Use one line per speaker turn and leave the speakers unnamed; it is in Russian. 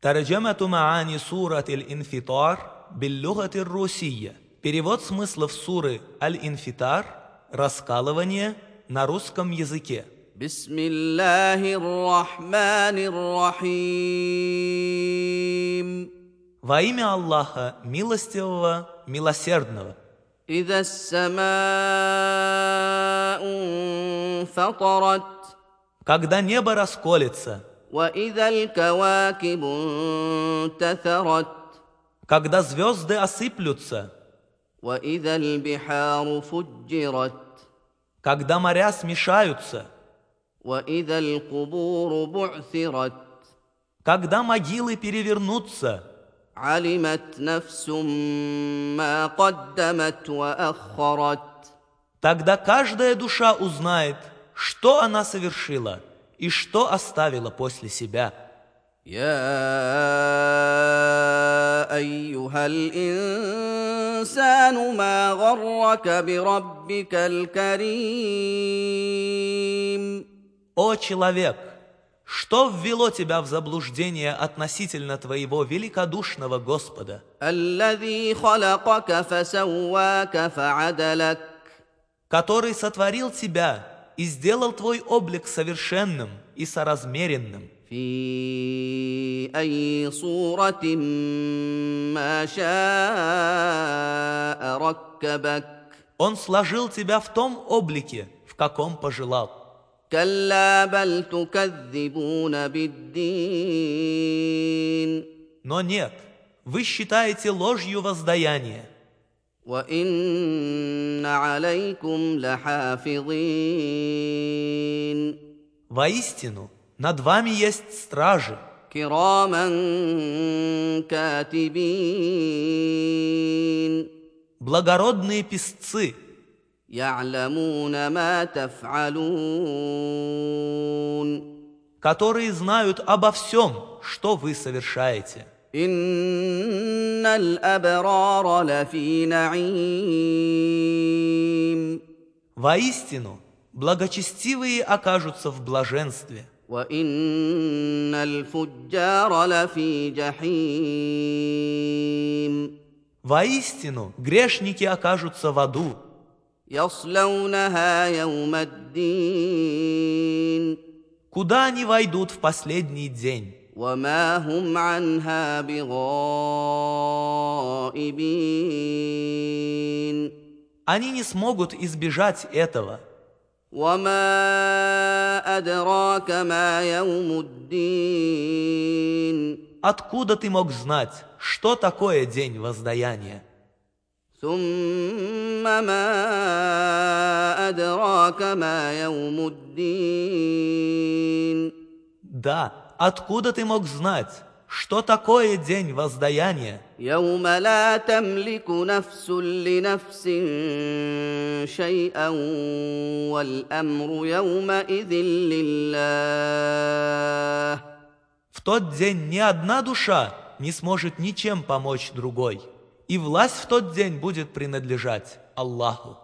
Тараджама Маани Сурат Аль-Инфитар Биллюгат Руссия. Перевод смыслов суры Аль-Инфитар «Раскалывание» на русском языке.
بسم الله الرحمن الرحيم
Во имя Аллаха, милостивого, милосердного.
إذا السماء انفطرت
Когда небо расколется,
وإذا الكواكب انتثرت
когда звезды осыплются,
وإذا البحار فجرت
когда моря смешаются,
وإذا القبور بعثرت
когда могилы перевернутся,
علمت نفس ما قدمت وأخرت
тогда каждая душа узнает, что она совершила и что оставила после себя.
يا ايها الانسان ما غرك بربك الكريم
О человек, что ввело тебя в заблуждение относительно твоего великодушного Господа,
الذي خلقك فسواك فعدلك
который сотворил тебя и сделал твой облик совершенным и соразмеренным,
في اي صوره ما شاء ركبك
он сложил тебя в том облике, в каком пожелал.
كلا بل تكذبون بالدين
Но нет, вы считаете ложью воздаяние,
وان عليكم لحافظين
Воистину, над вами есть стражи,
كراما كاتبين
благородные песцы,
يعلمون ما تفعلون
которые знают обо всем, что вы совершаете.
ان الابرار لفي نعيم
Воистину, благочестивые окажутся в блаженстве,
وان الفجار لفي جحيم
воистину, грешники окажутся в аду,
يصلونها يوم الدين
куда они войдут в последний день,
وما هم عنها بغائبين
они не смогут избежать этого.
وما أدراك ما يوم الدين
Откуда ты мог знать, что такое день воздаяния?
ثم ما أدراك ما يوم الدين
Да, откуда ты мог знать, что такое день воздаяния?
يوم لا تملك نفس لنفس شيئا والامر يومئذ لله
В тот день ни одна душа не сможет ничем помочь другой, и власть в тот день будет принадлежать Аллаху.